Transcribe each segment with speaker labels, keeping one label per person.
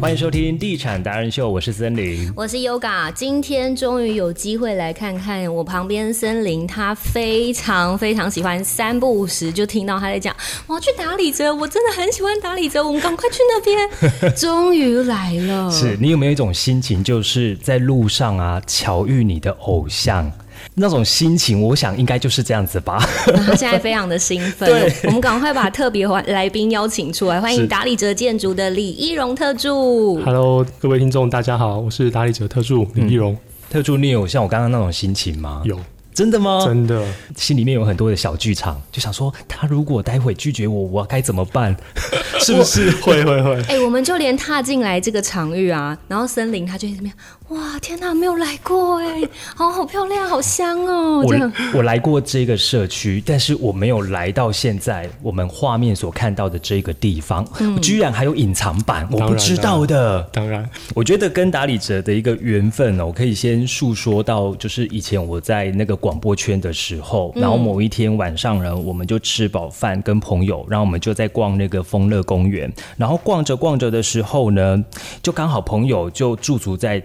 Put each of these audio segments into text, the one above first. Speaker 1: 欢迎收听《地产达人秀》，我是森林。
Speaker 2: 我是 Yoga，今天终于有机会来看看我旁边森林，他非常非常喜欢三不五时就听到他在讲，我要去打李泽，我真的很喜欢打李泽，我们赶快去 那边。终于来
Speaker 3: 嗯
Speaker 2: 了，
Speaker 1: 是你有没有一种心情，就是在路上啊巧遇你的偶像，那种心情，我想应该就是这样子吧。
Speaker 2: 那他现在非常的兴奋
Speaker 1: 对，
Speaker 2: 我们赶快把特别欢来宾邀请出来，欢
Speaker 1: 是
Speaker 2: 迎打理哲建筑的李一荣特助。
Speaker 3: Hello，各位听众，大家好，我是打理者特助李易荣。
Speaker 1: 特助，你有像我刚刚那种心情吗？，
Speaker 3: 有
Speaker 1: 真的吗？
Speaker 3: 真的，
Speaker 1: 心里面有很多的小剧场，就想说他如果待会拒绝我，我该怎么办？是不是？
Speaker 3: 会会会，
Speaker 2: 哎、我们就连踏进来这个场域啊，然后森林他就怎么样？哇，天哪，没有来过哎、好好漂亮，好香哦、这样
Speaker 1: 我我来过这个社区，但是我没有来到现在我们画面所看到的这个地方，居然还有隐藏版，我
Speaker 3: 嗯当
Speaker 1: 不
Speaker 3: 然
Speaker 1: 知
Speaker 3: 当
Speaker 1: 道
Speaker 3: 然
Speaker 1: 的。
Speaker 3: 当然
Speaker 1: 我觉得跟打理者的一个缘分哦，我可以先述说到，就是以前我在那个广播圈的时候，然后某一天晚上呢，我们就吃饱饭跟朋友，然后我们就在逛那个丰乐公园，然后逛着逛着的时候呢，就刚好朋友就驻足在。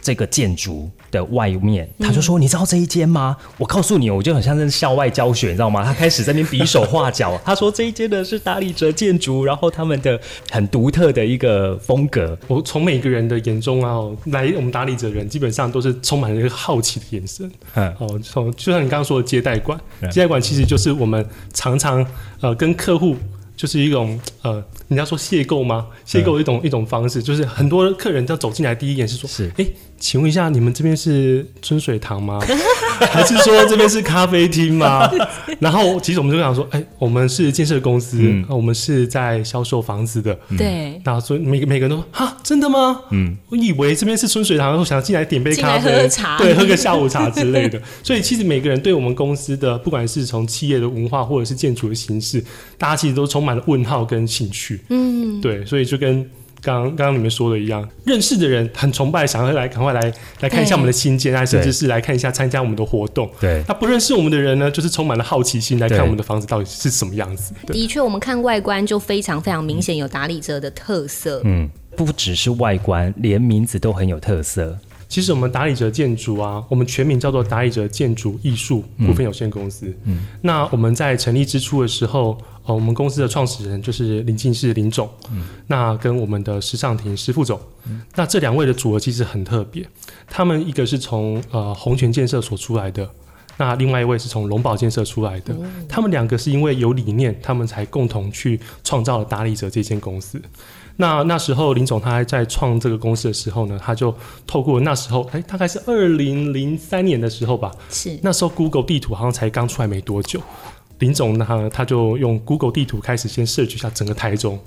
Speaker 1: 这个建筑的外面，他就说：“你知道这一间吗？”我告诉你，我就很像是校外教学，你知道吗？他开始在那边比手画脚， 他说这一间呢是打理者建筑，然后他们的很独特的一个风格，
Speaker 3: 我从每个人的眼中啊，哦来我们打理者的人基本上都是充满了一个好奇的眼神。
Speaker 1: 嗯，
Speaker 3: 哦，从就像你刚刚说的接待馆
Speaker 1: 对，
Speaker 3: 接待馆其实就是我们常常呃跟客户就是一种呃，人家说邂逅吗？邂
Speaker 1: 嗯
Speaker 3: 逅一种、一种方式，就是很多客人要走进来第一眼是说，
Speaker 1: 是
Speaker 3: 哎、请问一下，你们这边是春水堂吗？ 还是说这边是咖啡厅吗？ 然后其实我们就想说，哎、我们是建设公司，
Speaker 1: 嗯
Speaker 3: 啊我们是在销售房子的，
Speaker 2: 对，
Speaker 3: 然后所以每个每个人都说啊，真的吗？
Speaker 1: 嗯
Speaker 3: 嗯，我以为这边是春水堂，我想进来点杯
Speaker 2: 进
Speaker 3: 咖
Speaker 2: 来
Speaker 3: 啡，
Speaker 2: 喝茶
Speaker 3: 对，喝个下午茶之 类的。所以其实每个人对我们公司的，不管是从企业的文化或者是建筑的形式，大家其实都充满了问号跟兴趣。
Speaker 2: 嗯，
Speaker 3: 对，所以就跟。刚刚刚你们说的一样，认识的人很崇拜，想要来赶快来来看一下我们的新建啊，甚至是来看一下参加我们的活动。
Speaker 1: 对
Speaker 3: 那不认识我们的人呢，就是充满了好奇心来看
Speaker 1: 对
Speaker 3: 我们的房子到底是什么样子的。
Speaker 2: 的确，我们看外观就非常非常明显有打理者的特色。
Speaker 1: 嗯，不只是外观，连名字都很有特色。
Speaker 3: 其实我们打理者建筑啊，我们全名叫做打理者建筑艺术股份有限公司。嗯，那我们在成立之初的时候，呃，我们公司的创始人就是林进士林总，嗯，那跟我们的石尚庭石副总，那这两位的组合其实很特别，他们一个是从呃红泉建设所出来的。那另外一位是从龙宝建设出来的，他们两个是因为有理念，他们才共同去创造了打理者这间公司。那那时候林总他还在创这个公司的时候呢，他就透过那时候，哎、大概是二零零三年的时候吧，
Speaker 2: 是，
Speaker 3: 那时候 Google 地图好像才刚出来没多久，林总呢他他就用 Google 地图开始先 search 一下整个台中，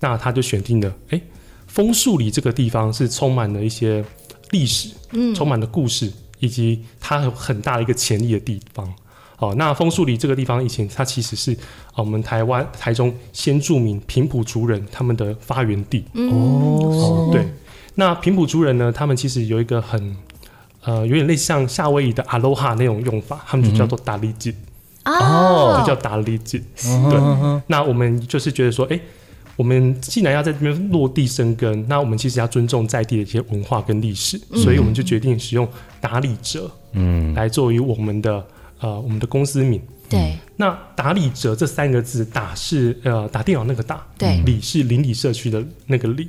Speaker 3: 那他就选定了，哎、枫树里这个地方是充满了一些历史，嗯，充满了故事，以及它有很大的一个潜力的地方。哦，那枫树里这个地方以前它其实是啊我们台湾台中先住民平埔族人他们的发源地，
Speaker 1: 哦，
Speaker 3: 对，那平埔族人呢，他们其实有一个很呃，有点类似像夏威夷的阿罗哈那种用法，他们就叫做达利吉，
Speaker 2: 哦
Speaker 3: 就
Speaker 1: 嗯
Speaker 3: 叫达利吉。对，那我们就是觉得说，哎、我们既然要在这边落地生根，那我们其实要尊重在地的一些文化跟历史，所以我们就决定使用达里者
Speaker 1: 嗯，
Speaker 3: 来作为我们的呃我们的公司名。
Speaker 2: 对
Speaker 3: 那打理者这三个字，打是呃打电脑那个打，
Speaker 2: 对
Speaker 3: 理是邻里社区的那个理，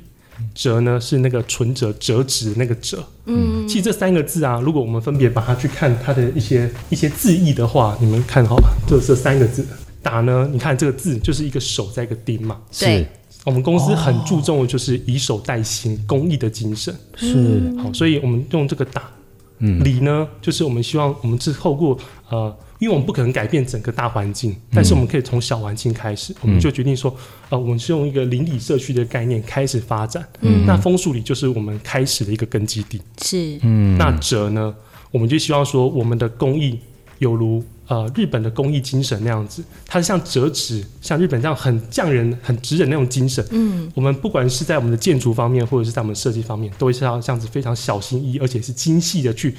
Speaker 3: 折呢是那个存折折纸的那个折，嗯，其实这三个字啊，如果我们分别把它去看它的一些一些字义的话，你们看好吧，就这三个字，打呢，你看这个字就是一个手在一个丁嘛，
Speaker 1: 是
Speaker 2: 对
Speaker 3: 我们公司很注重的就是以手代心，公益的精神，
Speaker 1: 是，
Speaker 3: 好，所以我们用这个打。
Speaker 1: 嗯
Speaker 3: 理呢，就是我们希望我们是透过呃，因为我们不可能改变整个大环境，但是我们可以从小环境开始，我们就决定说，呃，我们是用一个邻里社区的概念开始发展。嗯，那枫树里就是我们开始的一个根基地。
Speaker 2: 是，
Speaker 1: 嗯，
Speaker 3: 那哲呢，我们就希望说，我们的工艺有如呃日本的工艺精神那样子，它是像折纸，像日本这样很匠人、很直人那种精神。嗯，我们不管是在我们的建筑方面，或者是在我们设计方面，都会是要这样子非常小心翼翼，而且是精细的去。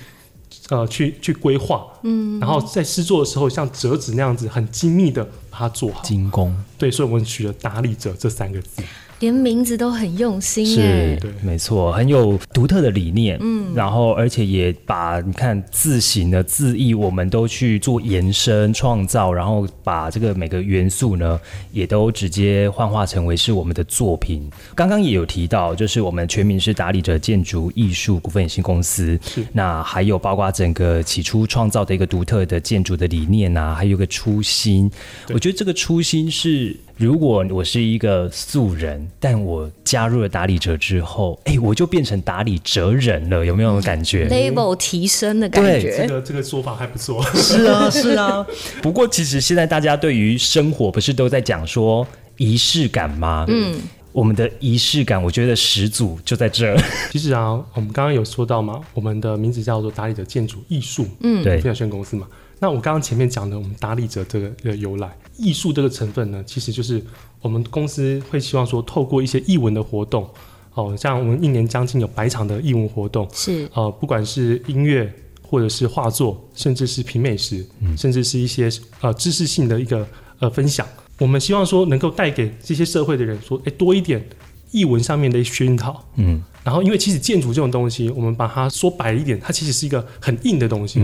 Speaker 3: 呃，去去规划，嗯，然后在施作的时候，像折纸那样子，很精密的把它做好。
Speaker 1: 精工，
Speaker 3: 对，所以我们取了“打理者”这三个字。
Speaker 2: 连名字都很用心哎
Speaker 1: 是。
Speaker 3: 对，
Speaker 1: 没错，很有独特的理念，嗯，然后而且也把你看字形的字义，我们都去做延伸创造，然后把这个每个元素呢，也都直接幻化成为是我们的作品。刚刚也有提到，就是我们全名是打理者建筑艺术股份有限公司，那还有包括整个起初创造的一个独特的建筑的理念啊，还有一个初心，我觉得这个初心是如果我是一个素人，但我加入了打理者之后，哎，我就变成打理哲人了，有没有那种感觉？
Speaker 2: label 提升的感
Speaker 1: 对
Speaker 3: 这
Speaker 2: 觉，
Speaker 3: 个这个说法还不错。
Speaker 1: 是啊，是啊。 不过其实现在大家对于生活不是都在讲说仪式感吗？嗯，我们的仪式感，我觉得始祖就在这儿。
Speaker 3: 其实啊，我们刚刚有说到嘛，我们的名字叫做打理者建筑艺术，嗯，
Speaker 1: 对
Speaker 3: 非有限公司嘛。那我刚刚前面讲的，我们打理者这个的由来，艺术这个成分呢，其实就是我们公司会希望说，透过一些艺文的活动，哦，像我们一年将近有百场的艺文活动，
Speaker 2: 是
Speaker 3: 呃，不管是音乐或者是画作，甚至是品美食，甚至是一些呃知识性的一个呃分享，我们希望说能够带给这些社会的人说，哎，多一点译文上面的熏陶，
Speaker 1: 嗯
Speaker 3: 然后，因为其实建筑这种东西，我们把它说白一点，它其实是一个很硬的东西。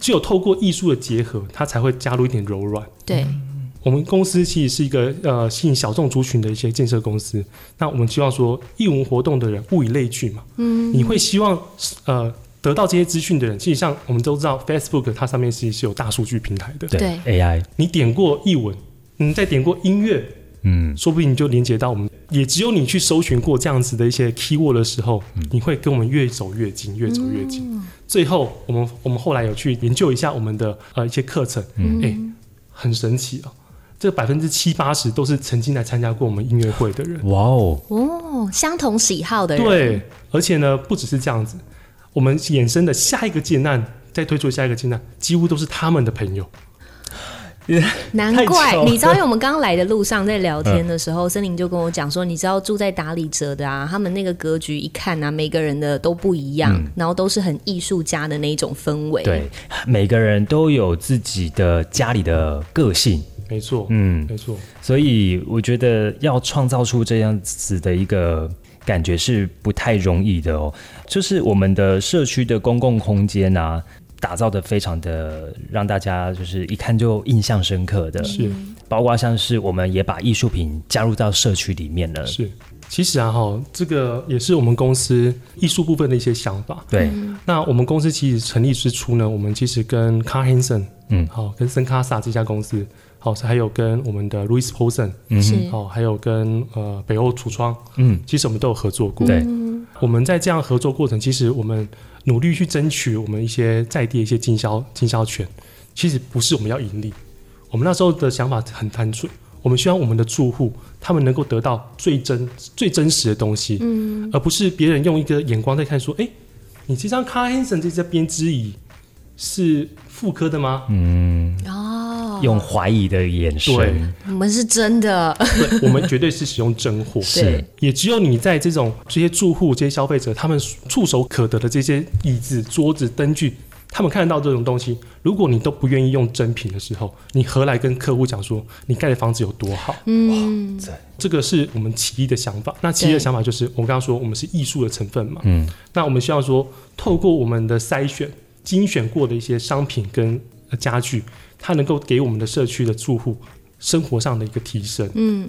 Speaker 3: 只有透过艺术的结合，它才会加入一点柔软。
Speaker 2: 对，
Speaker 1: 嗯
Speaker 3: 我们公司其实是一个呃吸引小众族群的一些建设公司。那我们希望说，艺文活动的人物以类聚嘛。嗯，你会希望呃得到这些资讯的人，其实像我们都知道，Facebook 它上面是是有大数据平台的。
Speaker 1: 对
Speaker 2: 对
Speaker 1: AI，
Speaker 3: 你点过艺文，你再点过音乐，
Speaker 1: 嗯，
Speaker 3: 说不定你就连接到我们。也只有你去搜寻过这样子的一些 keyword 的时候，
Speaker 1: 嗯
Speaker 3: 你会跟我们越走越近，越走越近。最后，我们我们后来有去研究一下我们的呃一些课程，哎、
Speaker 1: 嗯
Speaker 3: 很神奇哦，这百分之七八十都是曾经来参加过我们音乐会的人。
Speaker 1: 哇哦，
Speaker 2: 哦，相同喜好的人，
Speaker 3: 对，而且呢，不只是这样子，我们衍生的下一个建案，再推出下一个建案，几乎都是他们的朋友。
Speaker 2: 难
Speaker 1: 太
Speaker 2: 怪
Speaker 1: 巧了嗯
Speaker 2: 你知道，因为我们刚来的路上在聊天的时候，森林就跟我讲说，你知道住在打理者的啊，他们那个格局一看啊，每个人的都不一样，然后都是很艺术家的那一种氛围。
Speaker 1: 嗯对，每个人都有自己的家里的个性，
Speaker 3: 没错，
Speaker 1: 嗯
Speaker 3: 没错，
Speaker 1: 所以我觉得要创造出这样子的一个感觉是不太容易的哦。就是我们的社区的公共空间啊，打造的非常的让大家就是一看就印象深刻的，
Speaker 3: 是。
Speaker 1: 包括像是我们也把艺术品加入到社区里面了，
Speaker 3: 是，其实啊哈，这个也是我们公司艺术部分的一些想法。
Speaker 1: 对，
Speaker 3: 那我们公司其实成立之初呢，我们其实跟 Car Hansen，
Speaker 1: 嗯
Speaker 3: 好，跟 s e n k a s a 这家公司，好，还有跟我们的 Louis Posen，
Speaker 2: 是，
Speaker 3: 好，还有跟呃北欧橱窗，
Speaker 1: 嗯，
Speaker 3: 其实我们都有合作过。
Speaker 1: 对，
Speaker 3: 我们在这样合作过程，其实我们努力去争取我们一些在地的一些经销经销权，其实不是我们要盈利，我们那时候的想法很单纯，我们希望我们的住户他们能够得到最真最真实的东西，嗯，而不是别人用一个眼光在看说，哎、你这张 Car Hansen 这支编织椅是妇科的吗？
Speaker 2: 哦，
Speaker 1: 用怀疑的眼
Speaker 3: 对
Speaker 1: 神，
Speaker 2: 我们是真的，
Speaker 3: 对，我们绝对是使用真 货，
Speaker 1: 是
Speaker 3: 也只有你在这种这些住户、这些消费者，他们触手可得的这些椅子、桌子、灯具，他们看得到这种东西，如果你都不愿意用真品的时候，你何来跟客户讲说你盖的房子有多好？
Speaker 2: 嗯，
Speaker 3: 这个是我们其一的想法。那其一的想法就是，我刚刚说我们是艺术的成分嘛，
Speaker 1: 嗯，
Speaker 3: 那我们需要说，透过我们的筛选、精选过的一些商品跟呃家具，它能够给我们的社区的住户生活上的一个提升。
Speaker 2: 嗯，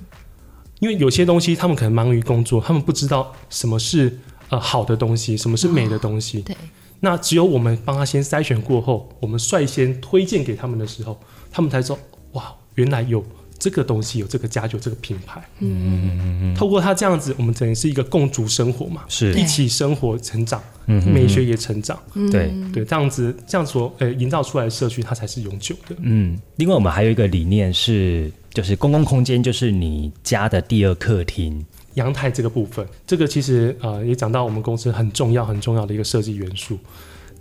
Speaker 3: 因为有些东西他们可能忙于工作，他们不知道什么是呃好的东西，什么是美的东西。
Speaker 2: 对，
Speaker 3: 那只有我们帮他先筛选过后，我们率先推荐给他们的时候，他们才说哇，原来有这个东西，有这个家具，有这个品牌。嗯嗯嗯。透过他这样子，我们等于是一个共筑生活嘛，
Speaker 1: 是
Speaker 3: 一起生活成长，
Speaker 1: 嗯哼
Speaker 3: 美学也成长。
Speaker 1: 对。
Speaker 3: 对，这样子这样所呃营造出来的社区，它才是永久的。
Speaker 1: 嗯，另外我们还有一个理念是，就是公共空间就是你家的第二客厅，
Speaker 3: 阳台这个部分，这个其实呃也讲到我们公司很重要很重要的一个设计元素。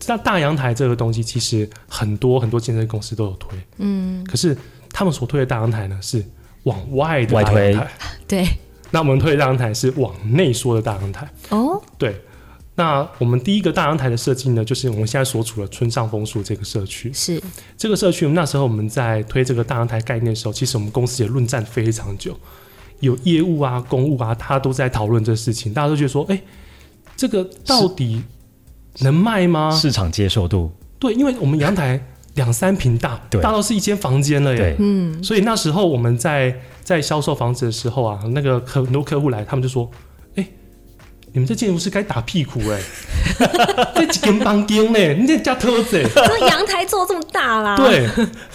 Speaker 3: 那大阳台这个东西，其实很多很多健身公司都有推，嗯，可是他们所推的大阳台呢是往外的
Speaker 1: 外
Speaker 3: 大
Speaker 1: 推
Speaker 3: 阳台，
Speaker 2: 对，
Speaker 3: 那我们推的大阳台是往内缩的大阳台。
Speaker 2: 哦，
Speaker 3: 对，那我们第一个大阳台的设计呢，就是我们现在所处的村上枫树这个社 区。
Speaker 2: 是，
Speaker 3: 这个社区，那时候我们在推这个大阳台概念的时候，其实我们公司也论战非常久，有业务啊、公务啊，他都在讨论这事情，大家都觉得说，哎、这个到底能卖吗？
Speaker 1: 市场接受度，
Speaker 3: 对，因为我们阳台两三平大，
Speaker 1: 对
Speaker 3: 大到是一间房间了耶
Speaker 1: 对。，
Speaker 2: 嗯，
Speaker 3: 所以那时候我们在在销售房子的时候啊，那个客很多客户来，他们就说：“哎、你们这建筑师该打屁股哎、 这几间房间呢，你这家偷子、欸。
Speaker 2: 这阳台做这么大啦，，
Speaker 3: 对，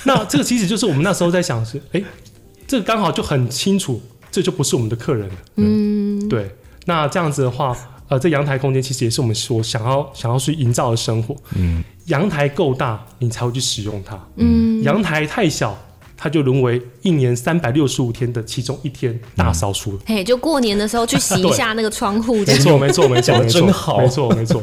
Speaker 3: 那这个其实就是我们那时候在想是，哎、这个刚好就很清楚，这就不是我们的客人了。
Speaker 2: 嗯，
Speaker 3: 对，那这样子的话，呃，这阳台空间其实也是我们所想要想要去营造的生活。
Speaker 1: 嗯，
Speaker 3: 阳台够大，你才会去使用它。
Speaker 2: 嗯，
Speaker 3: 阳台太小，它就沦为一年三百六十五天的其中一天大
Speaker 1: 嗯
Speaker 3: 扫除。
Speaker 2: 嘿，就过年的时候去洗一下那个窗户，
Speaker 3: 没错，没错，没错，
Speaker 1: 讲得
Speaker 3: 没错，
Speaker 1: 真好
Speaker 3: 没错，没错。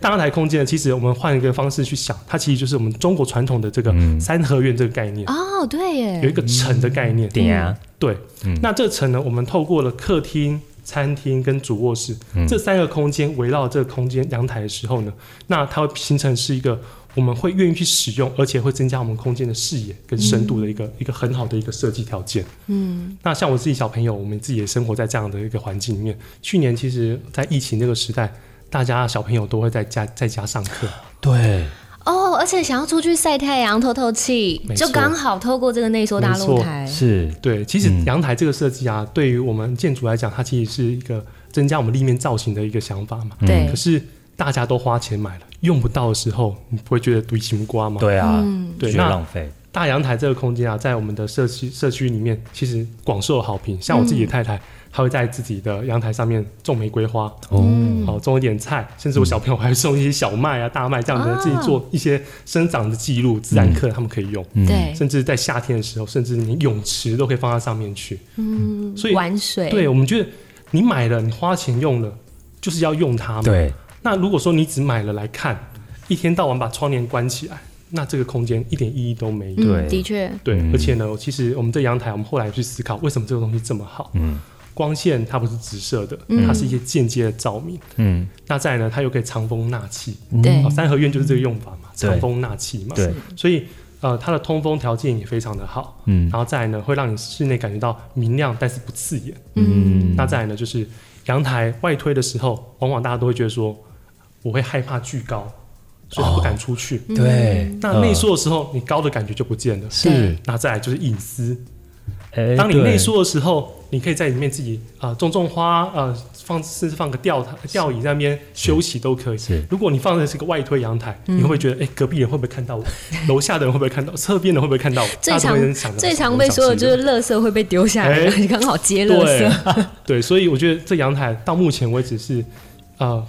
Speaker 3: 大阳台空间，其实我们换一个方式去想，它其实就是我们中国传统的这个
Speaker 1: 嗯
Speaker 3: 三合院这个概念，
Speaker 2: 哦，对
Speaker 3: 有一
Speaker 2: 耶，
Speaker 3: 个城的概念。
Speaker 1: 点啊，
Speaker 3: 对，
Speaker 1: 嗯
Speaker 3: 那这个城呢，我们透过了客厅、餐厅跟主卧室、
Speaker 1: 嗯
Speaker 3: 这三个空间，围绕这个空间阳台的时候呢，那它会形成是一个我们会愿意去使用，而且会增加我们空间的视野跟深度的一个、一个很好的一个设计条件。
Speaker 2: 嗯，
Speaker 3: 那像我自己小朋友，我们自己也生活在这样的一个环境里面。去年其实，在疫情这个时代，大家小朋友都会在家在家上课，
Speaker 1: 对，
Speaker 2: 哦，而且想要出去晒太阳、透透气
Speaker 3: 没，错
Speaker 2: 就刚好透过这个内收大露
Speaker 3: 哎
Speaker 2: 台，
Speaker 1: 是，
Speaker 3: 对，其实
Speaker 1: 嗯
Speaker 3: 阳台这个设计啊，对于我们建筑来讲，它其实是一个增加我们立面造型的一个想法
Speaker 1: 嗯
Speaker 3: 嘛。
Speaker 2: 对
Speaker 3: 嗯可，是大家都花钱买了，用不到的时候，你不会觉得堆青瓜吗？，
Speaker 1: 对啊，
Speaker 3: 嗯对
Speaker 1: 觉得
Speaker 3: 那
Speaker 1: 浪费，
Speaker 3: 大阳台这个空间啊，在我们的社区社区里面，其实广受好评。像我自己的太
Speaker 1: 嗯
Speaker 3: 太，她会在自己的阳台上面种玫瑰花，
Speaker 1: 哦，
Speaker 3: 哦，种一点菜，甚至我小朋友还会种一些小麦啊、大麦这样的，
Speaker 2: 啊
Speaker 3: 自己做一些生长的记录，自然
Speaker 1: 嗯
Speaker 3: 课他们可以用。
Speaker 2: 对，
Speaker 3: 甚至在夏天的时候，甚至你泳池都可以放在上面去。
Speaker 2: 嗯，
Speaker 3: 所以
Speaker 2: 玩水，
Speaker 3: 对，我们觉得你买了，你花钱用了，就是要用它嘛。
Speaker 1: 对，
Speaker 3: 那如果说你只买了来看，一天到晚把窗帘关起来，那这个空间一点意义都没
Speaker 2: 嗯
Speaker 3: 有。
Speaker 1: 对
Speaker 2: 的确，
Speaker 3: 对，
Speaker 1: 嗯
Speaker 3: 而且呢，其实我们这阳台，我们后来有去思考，为什么这个东西这么好？
Speaker 1: 嗯
Speaker 3: 光线它不是直射的，
Speaker 2: 嗯
Speaker 3: 它是一些间接的照明。
Speaker 1: 嗯，
Speaker 3: 那再来呢，它又可以藏风纳气。
Speaker 2: 对
Speaker 3: 哦，三合院就是这个用法嘛，
Speaker 1: 对
Speaker 3: 藏风纳气嘛。
Speaker 1: 对，
Speaker 3: 所以呃，它的通风条件也非常的好。
Speaker 1: 嗯
Speaker 3: 然后再来呢，会让你室内感觉到明亮，但是不刺眼。
Speaker 1: 嗯，
Speaker 3: 那再来呢，就是阳台外推的时候，往往大家都会觉得说，我会害怕巨高，所以他不敢出去。
Speaker 2: 哦
Speaker 1: 对，
Speaker 3: 那
Speaker 1: 嗯
Speaker 3: 内缩的时候，你高的感觉就不见了。
Speaker 1: 是，
Speaker 3: 那再来就是隐私，
Speaker 1: 哎
Speaker 3: 当你
Speaker 1: 对
Speaker 3: 内缩的时候，你可以在里面自己啊、呃种种花，呃放甚至放个吊台吊椅在那边休息都可以
Speaker 1: 是。
Speaker 3: 如果你放的是个外推阳台，
Speaker 2: 嗯
Speaker 3: 你会不会觉得，哎、隔壁人会不会看到我？楼下的人会不会看到？侧边的人会不会看到我？
Speaker 2: 最
Speaker 3: 大家都会
Speaker 2: 常
Speaker 3: 想着
Speaker 2: 最常被说的就是垃圾会被丢下来，
Speaker 3: 哎
Speaker 2: 刚好接垃
Speaker 3: 对
Speaker 2: 圾，
Speaker 3: 对，所以我觉得这阳台到目前为止是，呃，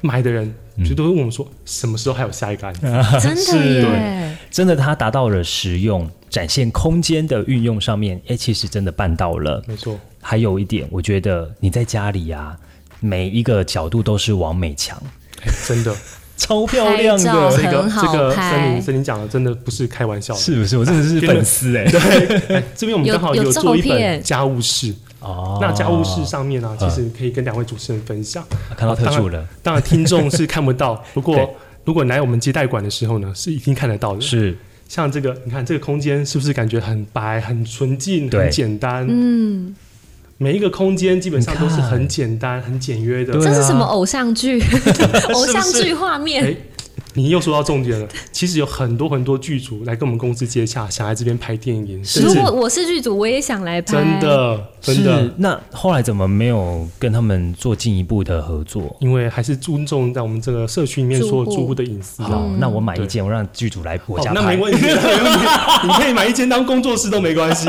Speaker 3: 买的人
Speaker 1: 嗯
Speaker 3: 就都会问我说，什么时候还有下一个案子？
Speaker 2: 真的
Speaker 1: 是
Speaker 2: 耶，
Speaker 1: 真的，它达到了实用、展现空间的运用上面，哎、其实真的办到了。
Speaker 3: 没错，
Speaker 1: 还有一点，我觉得你在家里啊，每一个角度都是王美强，
Speaker 3: 哎真的，
Speaker 1: 超漂亮
Speaker 2: 拍照
Speaker 1: 的，
Speaker 3: 这 个
Speaker 2: 很好
Speaker 3: 这个森
Speaker 2: 拍
Speaker 3: 林森林讲的真的不是开玩笑的。
Speaker 1: 是不是？我真的是粉丝哎、
Speaker 3: 对，哎这边我们
Speaker 2: 有
Speaker 3: 刚好
Speaker 2: 有照
Speaker 3: 做一本
Speaker 2: 片
Speaker 3: 家务事，
Speaker 1: 哦嗯
Speaker 3: 那家务事上面呢、其实可以跟两位主持人分享。
Speaker 1: 啊看到特助了，
Speaker 3: 啊当然，听众是看不到，不
Speaker 1: 对
Speaker 3: 过如果来我们接待馆的时候呢，是一定看得到的。
Speaker 1: 是
Speaker 3: 像这个，你看这个空间是不是感觉很白、很纯净、
Speaker 1: 对
Speaker 3: 很简单？
Speaker 2: 嗯，
Speaker 3: 每一个空间基本上都是
Speaker 1: 你看
Speaker 3: 很简单、很简约的。
Speaker 1: 对啊
Speaker 2: 这是什么偶像 剧？偶像剧画
Speaker 3: 哎
Speaker 2: 面，
Speaker 3: 你又说到重点了。其实有很多很多剧组来跟我们公司接洽，想来这边拍电影，甚
Speaker 2: 如
Speaker 3: 至
Speaker 2: 果我是剧组，我也想来拍，
Speaker 3: 真，的真
Speaker 1: 是
Speaker 3: 的，
Speaker 1: 那后来怎么没有跟他们做进一步的合作？
Speaker 3: 因为还是尊重在我们这个社区里面所有
Speaker 2: 住户
Speaker 3: 住户的隐私啊。
Speaker 1: 好，那我买一件，我让剧组来我
Speaker 3: 哦
Speaker 1: 家、拍。
Speaker 3: 那没问题，那没问题，你可以买一间当工作室都没关系。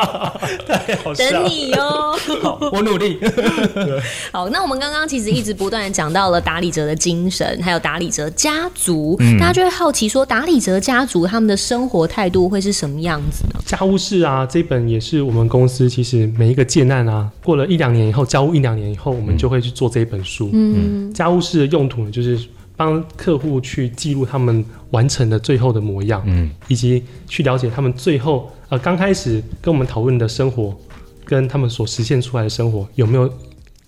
Speaker 1: 好笑
Speaker 2: 等你哦哟。
Speaker 1: 好我努力。
Speaker 2: 好，那我们刚刚其实一直不断的讲到了打理者的精神，还有打理者家族，
Speaker 1: 嗯
Speaker 2: 大家就会好奇说，打理者家族他们的生活态度会是什么样子呢？
Speaker 3: 家务事啊，这本也是我们公司其实每一个建案啊，过了一两年以后，交屋一两年以后，我
Speaker 1: 嗯
Speaker 3: 们就会去做这一本书。
Speaker 2: 嗯，
Speaker 3: 家务事的用途呢，就是帮客户去记录他们完成的最后的模样，
Speaker 1: 嗯，
Speaker 3: 以及去了解他们最后呃刚开始跟我们讨论的生活，跟他们所实现出来的生活有没有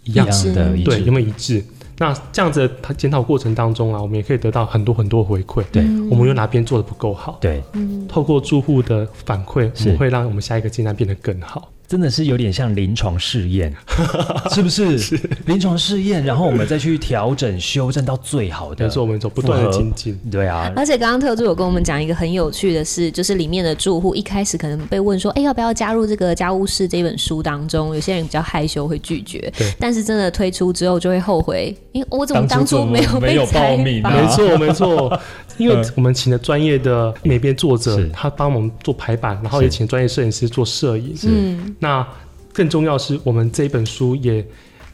Speaker 1: 一样的，
Speaker 2: 是
Speaker 1: 一
Speaker 3: 对
Speaker 1: 致
Speaker 3: 有没有一致？那这样子的检讨过程当中啊，我们也可以得到很多很多回馈。
Speaker 1: 对
Speaker 3: 我们有哪边做的不够好？
Speaker 1: 对，
Speaker 3: 透过住户的反馈，我
Speaker 1: 是
Speaker 3: 们会让我们下一个建案变得更好。
Speaker 1: 真的是有点像临床试 验，是不是？临床试验，然后我们再去调整、修正到最好的。
Speaker 3: 没错我们走不断
Speaker 1: 符
Speaker 3: 地
Speaker 1: 合
Speaker 3: 精进。
Speaker 1: 对啊，
Speaker 2: 而且刚刚特助有跟我们讲一个很有趣的事，就是里面的住户一开始可能被问说：“哎、要不要加入这个家务事这本书当中？”有些人比较害羞会拒绝
Speaker 3: 对，
Speaker 2: 但是真的推出之后就会后悔，因为我怎么当初没有
Speaker 1: 没
Speaker 2: 被
Speaker 1: 有
Speaker 2: 采
Speaker 1: 报名
Speaker 2: 访
Speaker 1: 啊
Speaker 3: 没错， 没错，因为
Speaker 1: 嗯
Speaker 3: 我们请了专业的美编作者
Speaker 1: 是，
Speaker 3: 他帮我们做排版，然后也
Speaker 1: 是
Speaker 3: 请专业摄影师做摄影。
Speaker 2: 嗯，
Speaker 3: 那更重要的是，我们这一本书也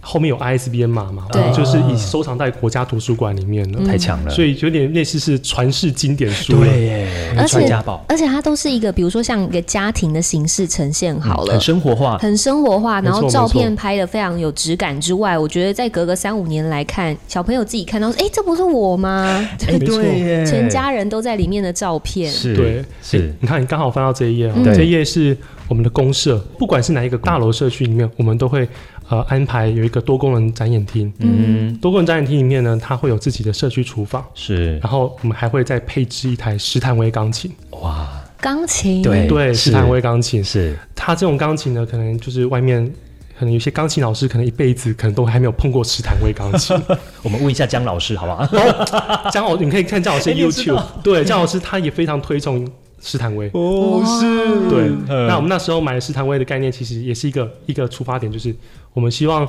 Speaker 3: 后面有 ISBN 码嘛，我
Speaker 2: 对
Speaker 3: 们就是以收藏在国家图书馆里面了，
Speaker 2: 嗯
Speaker 1: 太强了，
Speaker 3: 所以有点类似是传世经典书。
Speaker 1: 嗯对，耶，
Speaker 2: 而
Speaker 1: 传
Speaker 2: 且
Speaker 1: 家宝，
Speaker 2: 而且它都是一个，比如说像一个家庭的形式呈现好了。
Speaker 1: 嗯很生活化，
Speaker 2: 很生活化，
Speaker 3: 没
Speaker 2: 然
Speaker 3: 错
Speaker 2: 后照片
Speaker 3: 没
Speaker 2: 拍的非常有质感之外，我觉得在隔个三五年来看，小朋友自己看到，哎、这不是我 吗？
Speaker 1: 哎，
Speaker 3: 没错
Speaker 1: 对耶，
Speaker 2: 全家人都在里面的照片，
Speaker 1: 是，
Speaker 3: 对
Speaker 1: 是，
Speaker 3: 你看，你刚好翻到这一页、哦，
Speaker 1: 嗯对
Speaker 3: 这一页是我们的公社，不管是哪一个大楼社区里面，我们都会呃安排有一个多功能展演厅。
Speaker 1: 嗯，
Speaker 3: 多功能展演厅里面呢，它会有自己的社区厨房，
Speaker 1: 是，
Speaker 3: 然后我们还会再配置一台石炭微钢琴。
Speaker 1: 哇，
Speaker 2: 钢琴，
Speaker 1: 对
Speaker 3: 对，
Speaker 1: 哎是
Speaker 3: 石炭微钢琴，
Speaker 1: 是，
Speaker 3: 它这种钢琴呢，可能就是外面。可能有些钢琴老师可能一辈子可能都还没有碰过石炭微钢 琴。
Speaker 1: 我们问一下姜老师好不好？
Speaker 3: 张老，你可以看张老师
Speaker 1: 哎
Speaker 3: 的
Speaker 1: 你知
Speaker 3: YouTube，、
Speaker 1: 道
Speaker 3: 对，张老师他也非常推崇石炭微。
Speaker 1: 哦，是
Speaker 3: 对，
Speaker 1: 嗯
Speaker 3: 那我们那时候买石潭威的概念，其实也是一个一个出发点，就是我们希望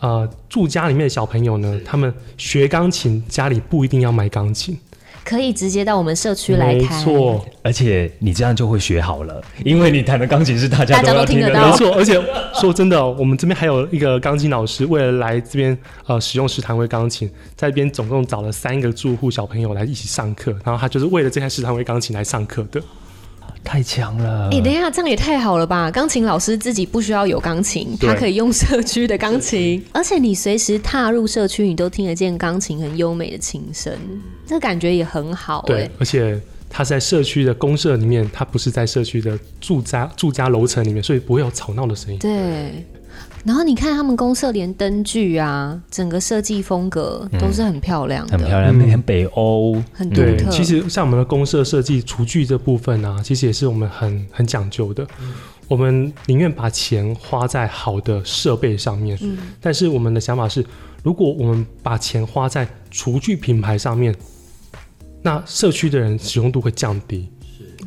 Speaker 3: 呃住家里面的小朋友呢，他们学钢琴，家里不一定要买钢琴，
Speaker 2: 可以直接到我们社区来
Speaker 3: 没
Speaker 2: 开。
Speaker 3: 错，
Speaker 1: 而且你这样就会学好了，因为你弹的钢琴是大家
Speaker 2: 大家
Speaker 1: 要
Speaker 2: 都听
Speaker 1: 听
Speaker 2: 得
Speaker 3: 没
Speaker 2: 到
Speaker 1: 到。
Speaker 3: 错。而且 说真的哦，我们这边还有一个钢琴老师，为了来这边呃使用石潭威钢琴，在这边总共找了三个住户小朋友来一起上课，然后他就是为了这台石潭威钢琴来上课的。
Speaker 1: 太强了
Speaker 2: 哎、！等一下，这样也太好了吧！钢琴老师自己不需要有钢琴，
Speaker 3: 对
Speaker 2: 他可以用社区的钢琴，而且你随时踏入社区，你都听得见钢琴很优美的琴声，这感觉也很好哎、
Speaker 3: 对，而且它是在社区的公社里面，它不是在社区的住家住家楼层里面，所以不会有吵闹的声音。
Speaker 2: 对。然后你看他们公社连灯具啊，整个设计风格都是很漂亮的，
Speaker 1: 很漂亮，
Speaker 3: 嗯
Speaker 1: 很北欧，
Speaker 2: 很独
Speaker 3: 对，
Speaker 2: 特。
Speaker 3: 其实像我们的公社设计厨具这部分啊，其实也是我们很很讲究的。
Speaker 2: 嗯
Speaker 3: 我们宁愿把钱花在好的设备上面，
Speaker 2: 嗯
Speaker 3: 但是我们的想法是，如果我们把钱花在厨具品牌上面，那社区的人使用度会降低。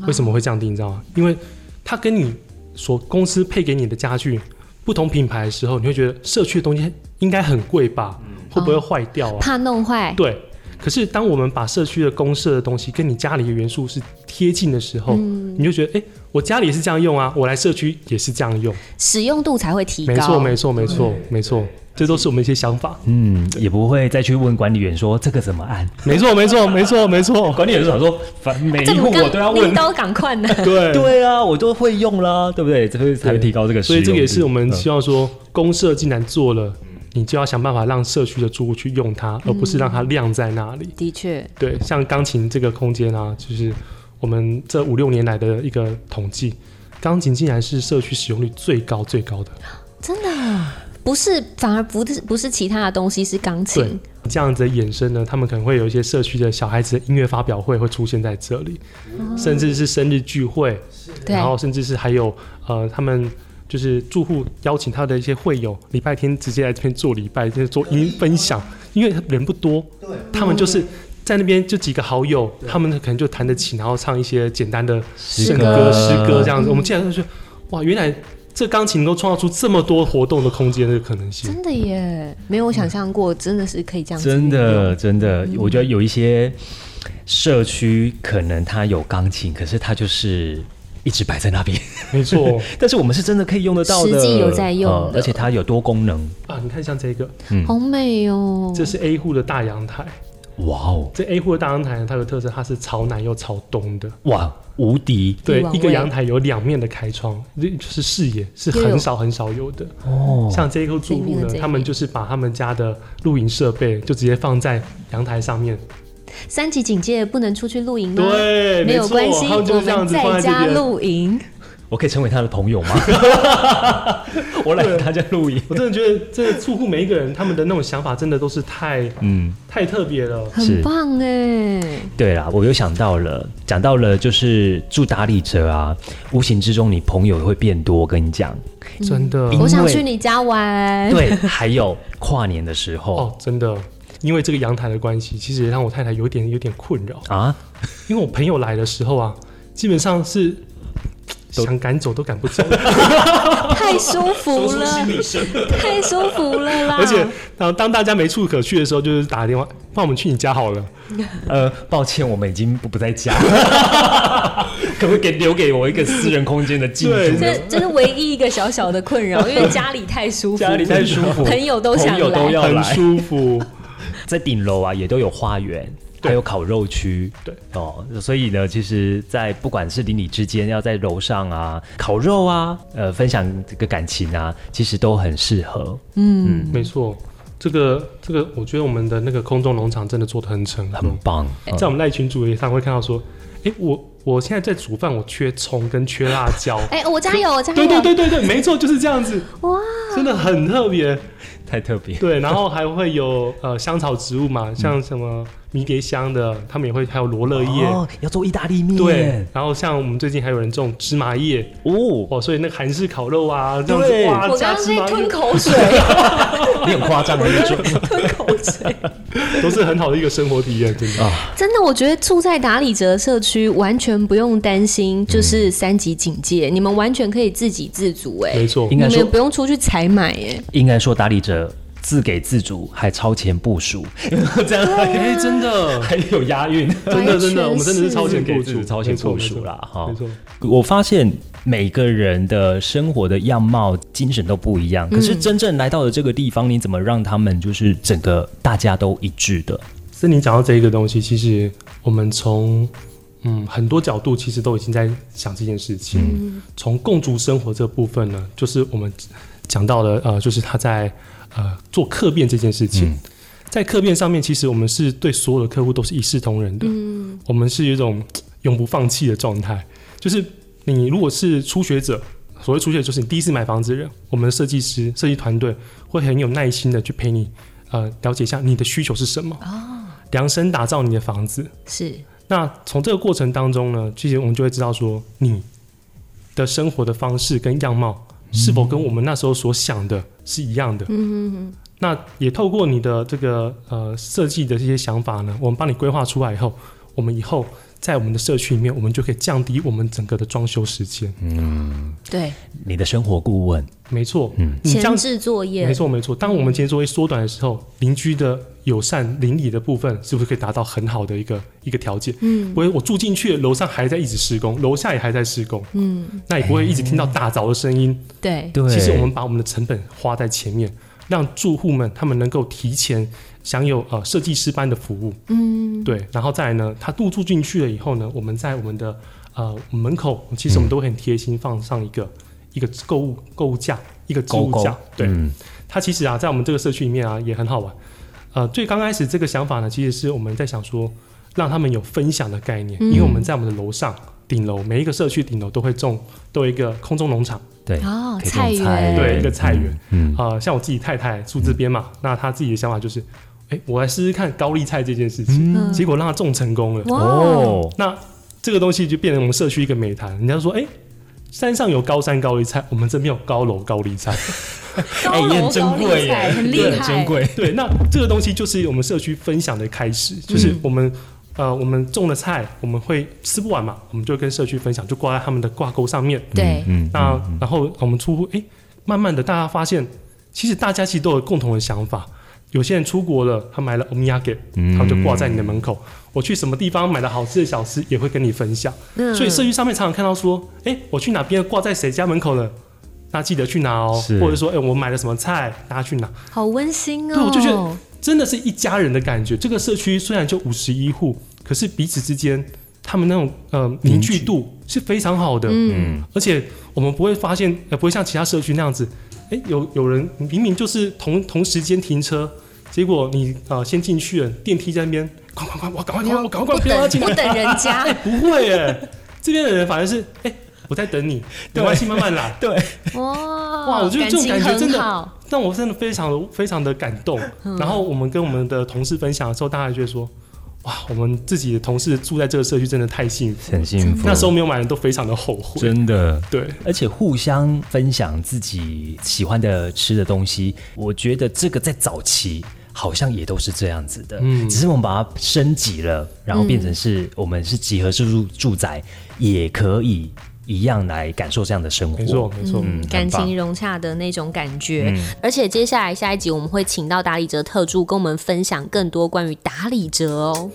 Speaker 3: 为
Speaker 2: 啊
Speaker 3: 什么会降低？你知道吗？因为它跟你所公司配给你的家具不同品牌的时候，你会觉得社区的东西应该很贵吧？
Speaker 2: 嗯
Speaker 3: 会不会坏掉啊？
Speaker 2: 怕弄坏，
Speaker 3: 对。可是当我们把社区的公社的东西跟你家里的元素是贴近的时候，你就觉得，哎、我家里也是这样用啊，我来社区也是这样用。
Speaker 2: 使用度才会提高。
Speaker 3: 没错，没错，没错，没错，这都是我们一些想法。
Speaker 1: 嗯，也不会再去问管理员说这个怎么按。
Speaker 3: 没错，没错，没错，没 错。
Speaker 1: 管理员就想说，反每
Speaker 2: 这
Speaker 1: 一
Speaker 2: 么
Speaker 1: 户我都要
Speaker 2: 刚拎
Speaker 1: 问。
Speaker 2: 刀赶快呢。
Speaker 3: 对
Speaker 1: 对啊，我都会用啦，对不对？这会才会提高这个使
Speaker 3: 所
Speaker 1: 用
Speaker 3: 以
Speaker 1: 率。
Speaker 3: 这个也是我们
Speaker 1: 嗯
Speaker 3: 希望说，公社既然做了，你就要想办法让社区的住户去用它，而不是让它晾在那里。
Speaker 2: 的确，
Speaker 3: 对，像钢琴这个空间啊，就是我们这五六年来的一个统计，钢琴竟然是社区使用率最高最高的。
Speaker 2: 真的啊不是，反而不是不是其他的东西，是钢
Speaker 3: 对
Speaker 2: 琴。，
Speaker 3: 这样子的衍生呢，他们可能会有一些社区的小孩子的音乐发表会会出现在这里，甚至是生日聚会，
Speaker 2: 哦对
Speaker 3: 然后甚至是还有呃，他们就是住户邀请他的一些会友，礼拜天直接来这边做礼拜，就是做音分
Speaker 2: 哦
Speaker 3: 享，因为人不多，他们就是。在那边就几个好友，他们可能就弹得起，然后唱一些简单的
Speaker 1: 诗
Speaker 3: 圣
Speaker 1: 歌
Speaker 3: 歌、诗歌这样子。
Speaker 2: 嗯
Speaker 3: 我们竟然就觉得，哇，原来这钢琴能够创造出这么多活动的空间的可能性。
Speaker 2: 真的耶，没有想象过，真的是可以这样子。
Speaker 1: 真，的真的，我觉得有一些社区可能它有钢琴，可是它就是一直摆在那边。
Speaker 3: 没错，
Speaker 1: 但是我们是真的可以用得到的，
Speaker 2: 实际有在用
Speaker 1: 呃
Speaker 2: 的
Speaker 1: 而且它有多功能。
Speaker 3: 啊，你看像这个，
Speaker 2: 嗯好美哦。
Speaker 3: 嗯这是 A 户的大阳台。
Speaker 1: 哇哦，
Speaker 3: 这 A 户的大阳台呢，它有特色，它是朝南又朝东的。
Speaker 1: 哇，无敌
Speaker 3: 对
Speaker 2: 帝，王
Speaker 3: 一个
Speaker 2: 位
Speaker 3: 阳台有两面的开窗，就就是视野是
Speaker 2: 又有
Speaker 3: 很少很少有的。
Speaker 1: 哦！
Speaker 3: 像这一户住
Speaker 2: 这一
Speaker 3: 户
Speaker 2: 面
Speaker 3: 呢
Speaker 2: 跟这一，
Speaker 3: 他们
Speaker 2: 面
Speaker 3: 就是把他们家的露营设备就直接放在阳台上面。
Speaker 2: 三级警戒不能出去露营吗？
Speaker 3: 对，
Speaker 2: 没有
Speaker 3: 错
Speaker 2: 关系，
Speaker 3: 他们就
Speaker 2: 我
Speaker 3: 是这样
Speaker 2: 们
Speaker 3: 子
Speaker 2: 在
Speaker 3: 放
Speaker 2: 家
Speaker 3: 这边。
Speaker 2: 露营。
Speaker 1: 我可以成为他的朋 友吗？我来他家录音，
Speaker 3: 我真的觉得，真的出乎每一个人，他们的那种想法真的都是太
Speaker 1: 嗯，
Speaker 3: 太特别了。
Speaker 1: 是
Speaker 2: 很棒哎、
Speaker 1: 对啦，我又想到了，讲到了就是住打理者啊，无形之中你朋友会变多，我跟你讲，
Speaker 2: 嗯
Speaker 3: 真的
Speaker 1: 因为
Speaker 2: 我想去你家玩。，
Speaker 1: 对，还有跨年的时候、
Speaker 3: 哦，真的，因为这个阳台的关系，其实也让我太太有点有点困扰。
Speaker 1: 啊，
Speaker 3: 因为我朋友来的时候啊，基本上是
Speaker 1: 都
Speaker 3: 想赶走都赶不 走，
Speaker 2: 太舒服了，太舒服了啦！
Speaker 3: 而且当当大家没处可去的时候，就是打电话，那我们去你家好了。
Speaker 1: 呃，抱歉，我们已经不不在 家，可不可以给留给我一个私人空间的进度
Speaker 3: 对
Speaker 1: 呢？
Speaker 2: 这这是唯一一个小小的困扰，因为家里太舒服了，
Speaker 1: 家里太舒服，
Speaker 2: 朋友都想
Speaker 1: 朋友都
Speaker 2: 来。
Speaker 1: 要
Speaker 3: 很
Speaker 1: 来，
Speaker 3: 舒服，
Speaker 1: 在顶楼啊也都有花园。还有烤肉区，
Speaker 3: 对
Speaker 1: 哦，所以呢，其实，在不管是邻里之间，要在楼上啊烤肉啊，呃，分享这个感情啊，其实都很适合，
Speaker 2: 嗯，
Speaker 3: 没错。这个这个，我觉得我们的那个空中农场真的做的很成
Speaker 1: 很
Speaker 3: 功。
Speaker 1: 棒。嗯
Speaker 3: 在我们赖群主也上会看到说，哎、我我现在在煮饭，我缺葱跟缺辣椒。
Speaker 2: 哎、我加油，我加油！
Speaker 3: 对对对对对，没错，就是这样子，
Speaker 2: 哇，
Speaker 3: 真的很特别。
Speaker 1: 太特别，
Speaker 3: 对，然后还会有呃香草植物
Speaker 2: 嗯
Speaker 3: 嘛，像什么迷迭香的，他们也会，还有罗勒叶。
Speaker 1: 哦，要做意大利面，
Speaker 3: 对，然后像我们最近还有人种芝麻叶
Speaker 1: 哦，
Speaker 3: 哦，所以那个韩式烤肉啊，这样
Speaker 1: 对
Speaker 3: 子哇，
Speaker 2: 我
Speaker 3: 加
Speaker 2: 刚刚
Speaker 3: 芝
Speaker 2: 在
Speaker 3: 麻
Speaker 2: 吞
Speaker 3: 叶
Speaker 2: 口水，
Speaker 1: 你很夸张的一种
Speaker 2: 吞口水。
Speaker 3: 都是很好的一个生活体验，真的。
Speaker 1: 啊，
Speaker 2: 真的，我觉得住在打理哲社区完全不用担心，就是
Speaker 1: 嗯
Speaker 2: 三级警戒，你们完全可以自给自足、哎，
Speaker 3: 没错
Speaker 1: 应，该
Speaker 2: 你
Speaker 1: 说
Speaker 2: 们不用出去采买、哎，
Speaker 1: 应该说打理者自给自足，还超前部署， 这样还
Speaker 3: 哎，真 的，
Speaker 1: 还有押韵，
Speaker 3: 真的，真的，我们真的是
Speaker 2: 完全是
Speaker 3: 超前部
Speaker 1: 自给自
Speaker 3: 署，
Speaker 1: 足超前
Speaker 3: 没错
Speaker 1: 部署啦哈
Speaker 3: 没错，没错
Speaker 1: 我发现每个人的生活的样貌、精神都不一样，可是真正来到了这个地方，你怎么让他们就是整个大家都一致的？
Speaker 3: 是你讲到这一个东西，其实我们从嗯很多角度，其实都已经在想这件事情。从、共筑生活这部分呢，就是我们讲到了呃，就是他在呃做客变这件事情。在客变上面，其实我们是对所有的客户都是一视同仁的，我们是有一种嘖永不放弃的状态。就是你如果是初学者，所谓初学者就是你第一次买房子的人，我们的设计师、设计团队会很有耐心的去陪你，呃，了解一下你的需求是什么，量身打造你的房子。
Speaker 2: 是
Speaker 3: 那从这个过程当中呢，其实我们就会知道说，你的生活的方式跟样貌是否跟我们那时候所想的是一样的。嗯那也透过你的这个呃设计的这些想法呢，我们帮你规划出来以后，我们以后在我们的社区里面，我们就可以降低我们整个的装修时间。
Speaker 2: 对，
Speaker 1: 你的生活顾问，
Speaker 3: 没错，嗯，你这
Speaker 2: 前
Speaker 3: 样
Speaker 2: 置作业
Speaker 3: 没，错没错。当我们今天作为缩短的时候，邻居的友善邻里的部分是不是可以达到很好的一个一个条件？嗯，不会，我住进去，楼上还在一直施工，楼下也还在施工，嗯，那也不会一直听到大凿的声音。
Speaker 2: 对，
Speaker 1: 对
Speaker 3: 其实我们把我们的成本花在前面，让住户们他们能够提前享有呃设计师般的服务。嗯，对，然后再来呢，他入住进去了以后呢，我们在我们的呃门口，其实我们都会很贴心放上一
Speaker 1: 嗯
Speaker 3: 个、一个购物购物架，一个置
Speaker 1: 勾
Speaker 3: 物
Speaker 1: 勾
Speaker 3: 架。对，
Speaker 1: 嗯
Speaker 3: 它其实啊，在我们这个社区里面啊也很好玩。呃，最刚开始这个想法呢，其实是我们在想说，让他们有分享的概念，
Speaker 1: 嗯
Speaker 3: 因为我们在我们的楼上顶楼，每一个社区顶楼都会种，都有一个空中农场。
Speaker 1: 对，
Speaker 2: 哦
Speaker 1: 可以种
Speaker 2: 菜园
Speaker 3: 对一个菜园
Speaker 1: 嗯，嗯
Speaker 3: 啊、像我自己太太住这边嘛，那她自己的想法就是，哎、我来试试看高丽菜这件事情，
Speaker 2: 嗯
Speaker 3: 结果让她种成功了。
Speaker 2: 哇
Speaker 1: 哦，
Speaker 3: 那这个东西就变成我们社区一个美谈，人家说，哎、山上有高山高丽菜，我们这边有高楼高丽菜。
Speaker 2: 高
Speaker 1: 哎也
Speaker 2: 楼
Speaker 1: 很珍
Speaker 2: 高
Speaker 1: 贵
Speaker 2: 丽
Speaker 1: 耶，
Speaker 2: 菜很厉
Speaker 1: 对
Speaker 2: 害，
Speaker 1: 珍贵，
Speaker 3: 对，那这个东西就是我们社区分享的开始，就是我们、呃我们种的菜，我们会吃不完嘛，我们就跟社区分享，就挂在他们的挂钩上面。
Speaker 2: 对，
Speaker 1: 嗯，
Speaker 3: 那然后我们出户，哎、慢慢的大家发现，其实大家其实都有共同的想法。有些人出国了，他买了欧米亚给，
Speaker 1: 嗯
Speaker 3: 他们就挂在你的门口。我去什么地方买了好吃的小吃，也会跟你分享。
Speaker 2: 嗯
Speaker 3: 所以社区上面常常看到说，哎、我去哪边挂在谁家门口了，那记得去拿哦
Speaker 1: 是。
Speaker 3: 或者说，哎、我买了什么菜，大家去拿。
Speaker 2: 好温馨哦。
Speaker 3: 对，我就觉得真的是一家人的感觉。这个社区虽然就五十一户，可是彼此之间他们那种呃凝聚度是非常好的。嗯，而且我们不会发现，呃，不会像其他社区那样子，哎、有有人明明就是同同时间停车，结果你呃先进去了，电梯在那边，快快快，我赶快
Speaker 2: 你
Speaker 3: 赶
Speaker 2: 要
Speaker 3: 快我赶快
Speaker 2: 不
Speaker 3: 不要
Speaker 2: 等
Speaker 3: 进
Speaker 2: 不
Speaker 3: 来，
Speaker 2: 等人家
Speaker 3: 哎、，不会哎、这边的人反而是哎。我在等 你，没关系，慢慢来。
Speaker 1: 对，
Speaker 2: 哇
Speaker 3: 哇，我觉得这种感觉
Speaker 2: 哦情
Speaker 3: 真
Speaker 2: 很
Speaker 3: 的
Speaker 2: 好，嗯
Speaker 3: 让我真的非常非常的感动。然后我们跟我们的同事分享的时候，大家就会说，哇，我们自己的同事住在这个社区真的太幸福。
Speaker 1: 很幸福。
Speaker 3: 那时候没有买的都非常的后悔。
Speaker 1: 真的。
Speaker 3: 对，
Speaker 1: 而且互相分享自己喜欢的吃的东西，我觉得这个在早期好像也都是这样子的，
Speaker 3: 嗯
Speaker 1: 只是我们把它升级了，然后变成是、我们是集合式住住宅，也可以一样来感受这样的生活。
Speaker 3: 没错，没错。
Speaker 1: 嗯，
Speaker 2: 感
Speaker 1: 很棒
Speaker 2: 情融洽的那种感觉。
Speaker 3: 嗯
Speaker 2: 而且接下来下一集我们会请到打理哲特助跟我们分享更多关于打理哲哦。